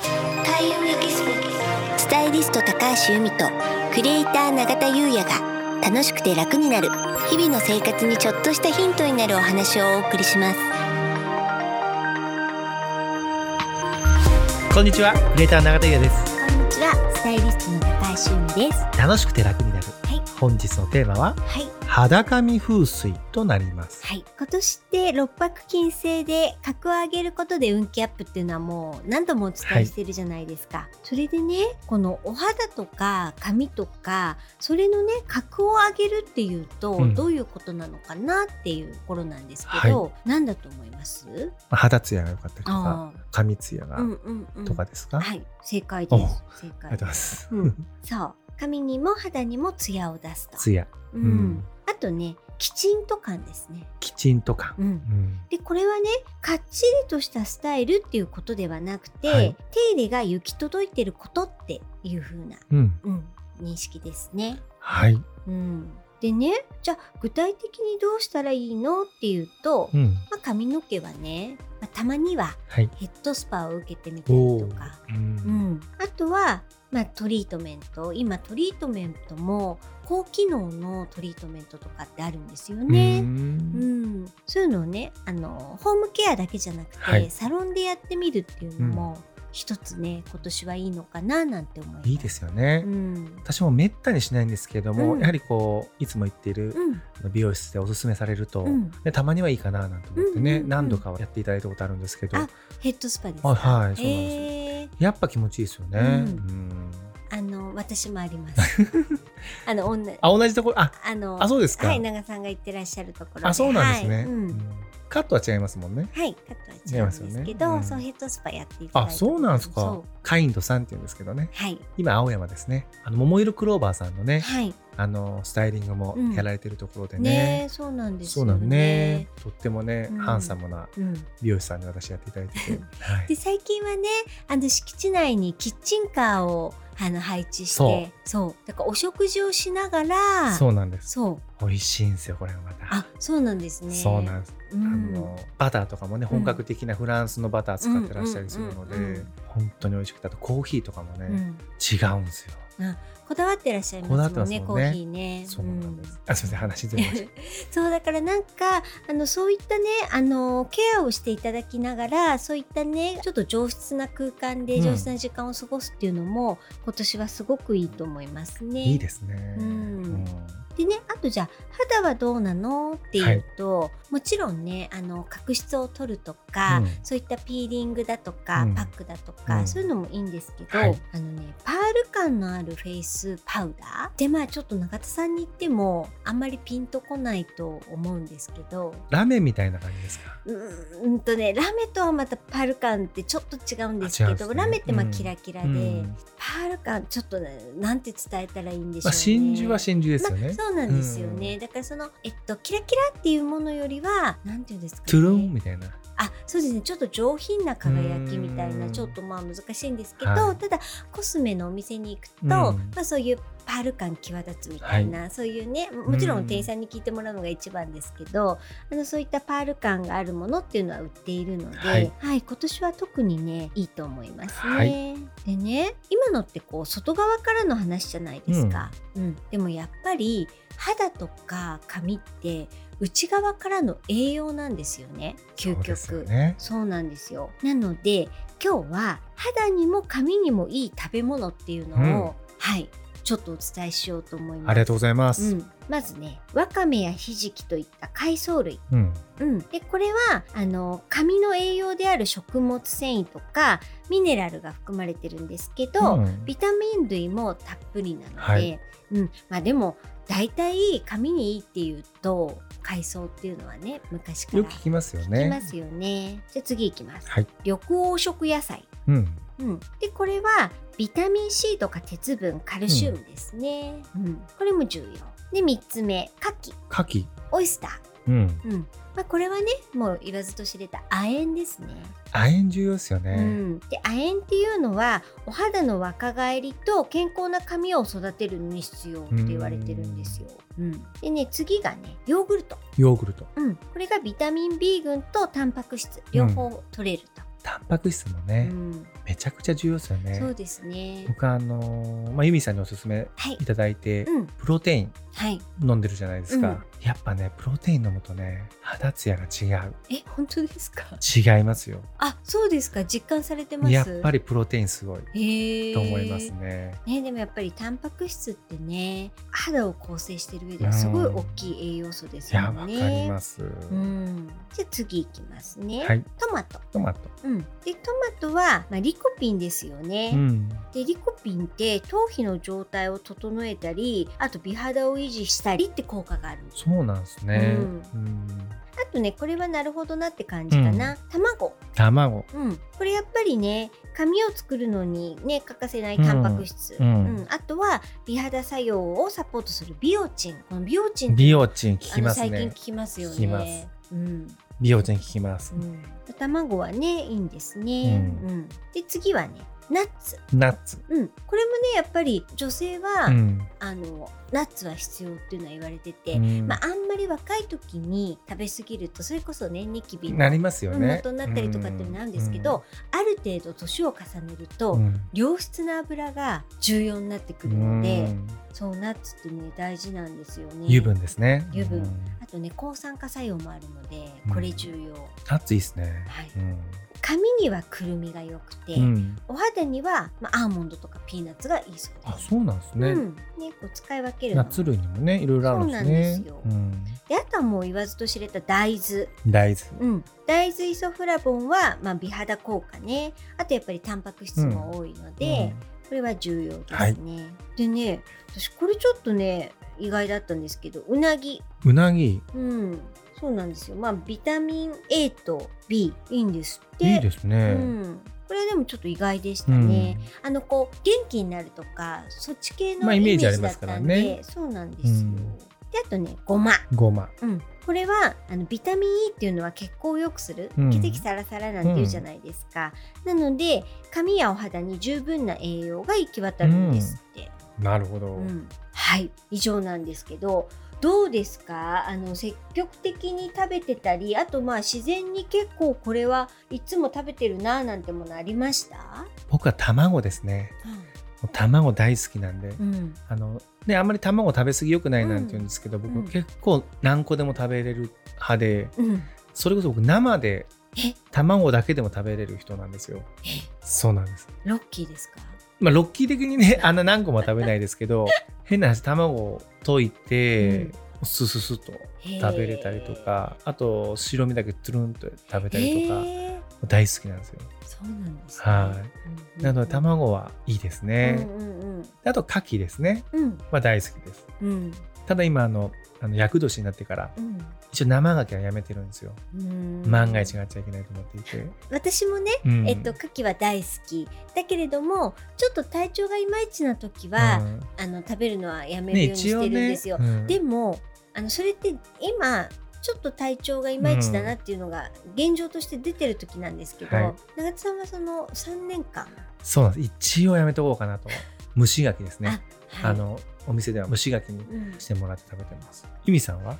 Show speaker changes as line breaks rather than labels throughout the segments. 田優也ギススタイリスト高橋由美とクリエイター永田優也が楽しくて楽になる日々の生活にちょっとしたヒントになるお話をお送りします
こんにちは、クリエイター永田優也です。
こんにちはスタイリストの高橋由美ですは
楽しくて楽になる。
い
本日のテーマは、
はい
裸見風水となります。
はい今年って六白金星で格を上げることで運気アップっていうのはもう何度もお伝えしてるじゃないですか、それでねこのお肌とか髪とかそれのね格を上げるっていうと
うん
どういうことなのかなっていうところなんですけど、何だと思います
まあ肌ツヤが良かったりとか、
あ
髪ツヤが
あうんうんうん
とかですか、
はい正解です正
ありがとう
解
ございます。
うんそう髪にも肌にもツヤを出すと、
ツヤ、
う
うん
あとねきちんと感ですね
きちんとか。
うん
うん
でこれはねかっちりとしたスタイルっていうことではなくて、
はい
手入れが行き届いてることっていう風な、
うん
うん、認識ですね。
はい。
うん、でねじゃあ具体的にどうしたらいいのっていうと、
うん
まあ、髪の毛はね、まあたまには
はい。
ヘッドスパを受けてみたり
お
と
ー
か、
う
うんん、あとは、まあ、トリートメント今トリートメントも高機能のトリートメントとかってあるんですよね。
うん
うん、そういうのをねあのホームケアだけじゃなくて、
はい
サロンでやってみるっていうのも、一つね今年はいいのかななんて思います
いいですよね。
うん
私もめったにしないんですけれども、
うん
やはりこういつも行っている
うん
美容室でおすすめされると、
うん
でたまにはいいかななんて思ってね、
うんうんうん
何度かはやっていただいたことあるんですけど
あヘッドスパですか
あはいそうなんですよ
へー
やっぱ気持ちいいですよね。
うん
うん
あの私もあります あの女
あ同じところあ
あの
あそうですか。
はい長さんが言ってらっしゃるところで
あそうなんですね、
はい、う
うんんカットは違いますもんね。
はい、カットは違うんですけ
違いますよ
ど
ねうん
そうヘッドスパやっていただい
あ
た
そうなんです
そ
か
う。
カインドさんって言うんですけどね。
はい
今青山ですね。あの桃色クローバーさんのね、
はい
あのスタイリングも
うん
やられてるところで
ね
ね。
そうなんです
そう
よ
な
ね
のね。とってもね、
うん
ハンサムな
うん
美容師さんに私やっていただいて て、はい
で最近はねあの敷地内にキッチンカーをあの配置してそ
そう
だからお食事をしながら
そうなんです。
そう
美味しいんですよこれがまた。
あそうなんですね
そうなんです。
う
あ
ん
のバターとかもね本格的なフランスのバター使ってらっしゃるするの
うんうんうんう
で
ん
本当に美味しくてあとコーヒーとかも
う
ね
ん、
違うんですよ
こだわってらっしゃい
こ
ま
だわ
す
って
もん
ます
ねコ
もんね
ーヒーね
そうなんですあすみません話ず れまし
うんそうだからなんかあのそういったねあのケアをしていただきながらそういったねちょっと上質な空間で
うん
上質な時間を過ごすっていうのも、今年はすごくいいと思いますね。
たいいですね
う
うんん
でねあとじゃあ肌はどうなのっていうと、もちろんねあの角質を取るとか、
うん
そういったピーリングだとか、
うん
パックだとか、
うん
そういうのもいいんですけど、
はい
あのねパール感のあるフェイスパウダーでまあちょっと永田さんに言ってもあんまりピンとこないと思うんですけど
ラメみたいな感じですか
うーんとねラメとはまたパール感ってちょっと違うんです
あ違
け
うんで
ど
すね
ラメってまあ
うん
キラキラ
う
で、
ん
パール感ちょっとねなんて伝えたらいいんでしょ
ま
う
あ
ね。
真珠は真珠ですよ
まあ、
ね
そうなんですよね、
う
だからその、えっと、キラキラっていうものよりはなんていうんですかね
トゥルンみたいな
あそうですねちょっと上品な輝きみたいな
うん
ちょっとまあ難しいんですけど、
はい
ただコスメのお店に行くと、
うん
まあ、そういうパール感際立つみたいな、そういうねももちろん
うん
店員さんに聞いてもらうのが一番ですけど、あのそういったパール感があるものっていうのは売っているので、は
はいい
今年は特にねいいと思いますね。
はい
でね今のってこう外側からの話じゃないですか、うんでもやっぱり肌とか髪って内側からの栄養なんですよね究
そう
極
ですよね
そうなんですよ。なので今日は肌にも髪にもいい食べ物っていうのを、
うん
はいちょっとお伝えしようと思います。
ありがとうございま
う
す
ん、まずねわかめやひじきといった海藻類、
うん
うん、でこれはあの髪の栄養である食物繊維とかミネラルが含まれてるんですけど、
うん
ビタミン類もたっぷりなので、
はい
うんまあ、でも大体髪にいいっていうと海藻っていうのはね昔から
よく聞きますよ
いま
ね
すよね。じゃあ次いきます。
はい
緑黄色野菜。
うん
うん、でこれはビタミン C とか鉄分カルシウムですね、うんこれも重要で3つ目牡蠣
牡蠣
オイスタ
うん
ー、うんまあ、これはねもう言わずと知れた亜鉛ですね、
亜鉛重要ですよ
う
ね
ん、で亜鉛っていうのはお肌の若返りと健康な髪を育てるのに必要って言われてるんですよ、うん、でね次がねヨーグルト、
ヨーグルト
うん、これがビタミン B 群とタンパク質両方取れると、
タンタンパク質も
う
ね、
ん、
めちゃくちゃ重要ですよね。
そうですね。
僕あのーまあ、ユミさんにおすすめ
はい
い。ただいて、
うん。
プロテイン
はい。
飲んでるじゃないですか、
うん
やっぱねプロテイン飲むとね肌ツヤが違う
え、本当ですか。
違いますよ
あ、そうですか。実感されてます。
やっぱ
り。
りプロテインすごい
へえ。
と思います。ね、
ね、でもやっぱりタンパク質ってね肌を構成してる上ではすごい大きい栄養素です
いや
よ
わ
ね。
かります、
うん、じゃあ次いきますね。
はい
トマト。
トマト
うん、でトマトは、まあ、リコピンですよね。
うん
でリコピンって頭皮の状態を整えたりあと美肌を維持したりって効果があるんです
そうなんですね、
う
うんん
あとねこれはなるほどなって感じかな、卵、
卵
うん、これやっぱりね髪を作るのにね欠かせないタンパク質、
うんうん
あとは美肌作用をサポートするビオチンこのビオチンって
ビオチン効きま
あ
す
の最近
ね
聞きますよね
聞きます
うん
ビオチン効きます、
うん、卵はねいいんですね、
う
うんで次はねナッツ、
ナッツ、
うん、これもねやっぱり女性は、
うん
あのナッツは必要っていうのは言われてて、
うん
まあ、あんまり若い時に食べ過ぎるとそれこそねニキビの
なりますよね
元になったりとかっていうのなんですけど、、ある程度年を重ねると、
うんうん
良質な油が重要になってくるので、そうナッツってね大事なんですよね
油分ですね
油分
うん
あとね抗酸化作用もあるので
うん
これ重要、
ナッツいいですね、
はい
うん
髪にはくるみが良くて、
うん
お肌には、まあ、アーモンドとかピーナッツがいいそうです
あそうなんですね、
うん、ねこう使い分けるの
ナッツ類にもねいろいろあるんですね
そう
う
なんであとはもう言わずと知れた大豆、
大
うん、大豆イソフラボンは、まあ、美肌効果ねあとやっぱりタンパク質も多いの
豆、
で、これは重要ですね、でね私これちょっとね意外だったんですけどうなぎ
うんうなぎ
うんそうなんですよまあビタミン A と B いいんですって
いいですね、
うん、これはでもちょっと意外でした
うん
ね、あのこう元気になるとかそっち系
ま
の
あ
イ
イ
メ
メ
ー
ー
ジ
ジ
だ
あ
ったんです
りまからね
そうなんですよ、
うん
であとねごま、
ごま
うん、これはあのビタミン E っていうのは血行を良くする、
うん
血液サラサラなんていうじゃないですか、なので髪やお肌に十分な栄養が行き渡るんですって、
なるほど、
うんはい以上なんですけどどうですかあの積極的に食べてたりあとまあ自然に結構これはいつも食べてるなぁなんてものありました、
僕は卵ですねもう卵大好きなんで、
うん、
あのねあんまり卵食べ過ぎ良くないなんて言うんですけど、
うん
僕結構何個でも食べれる派で
うん、
それこそ僕生で
え
卵だけでも食べれる人なんですよそうなんです
ロッキーですか
まあロッキー的にね あんな何個も食べないです けど変な話卵を溶いて、スススッと
へー
食べれたりとかあと白身だけトゥルンと食べたりとか、
へー
大好きなんですよ
そうなんですね
は
うんうんうん
なので卵はいいですね、
うんうん
あと牡蠣ですね
うんうん
は大好きです
うん
ただ今あのあの厄年になってから
うん
一応生牡蠣はやめてるんですよ
うん
万が一があっちゃいけないと思っていて、
私もね
うん
えっと牡蠣は大好きだけれどもちょっと体調がいまいちな時は、
うん
あの食べるのはやめる
ね
ようにして
一応
るんで
ね
すよ。
うん
でもあのそれって今ちょっと体調がいまいちだなっていうのが現状として出てる時なんですけど、
はい
長田さんはその3年間、
そうなんです一応やめとこうか なと蒸し牡蠣ですね
はい
あ、のお店では蒸し牡蠣に
うん
してもらって食べてますゆみさんは、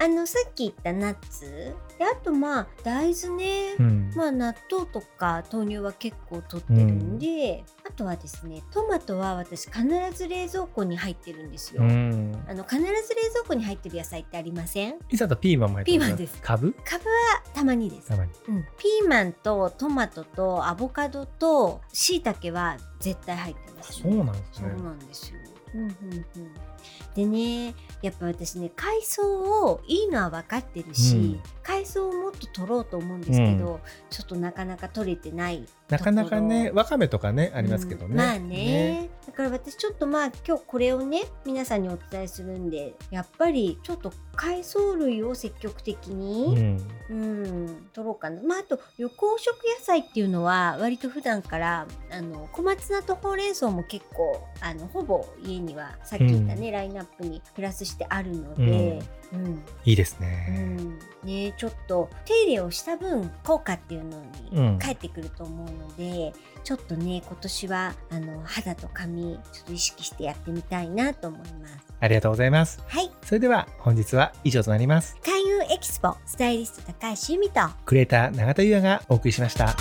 あのさっき言ったナッツであとまあ大豆ね、
うん
まあ納豆とか豆乳は結構取ってるんで、あとはですねトマトは私必ず冷蔵庫に入ってるんですよ。
うん
あの必ず冷蔵庫に入ってる野菜ってありません
いざとピーマンも入って
ピーマンです
かぶ
株はたまにです
た、まに
うん、ピーマンとトマトとアボカドとしいたけは絶対入ってま
あ
す、
そうなんです
そう
ね
なんですよ、うんうんうん、でねやっぱ私ね海藻をいいのは分かってるし、
うん
海藻をもっと取ろうと思うんですけど、ちょっとなかなか取れてない
なかなか
と
ね
こ
わかめとかねありますけどね、
うんまあねだから私ちょっとまあ今日これをね皆さんにお伝えするんでやっぱりちょっと海藻類を積極的
う
に、
ん、
うん取ろうかな、まあ、あと緑黄色野菜っていうのは割と普段からあの小松菜とほうれん草も結構あのほぼ家にはさっき言ったね、ラインナップにプラスしてあるので、うん
いいです
う
ね、
んね、ちょっと手入れをした分効果っていうの
う
に
ん
返ってくると思うので、ちょっとね今年はあの肌と髪ちょっと意識してやってみたいなと思います。
ありがとうございます
はい、
それでは本日は以上となります
開運エキスポスタイリスト高橋由美と
クレーター永田優也がお送りしました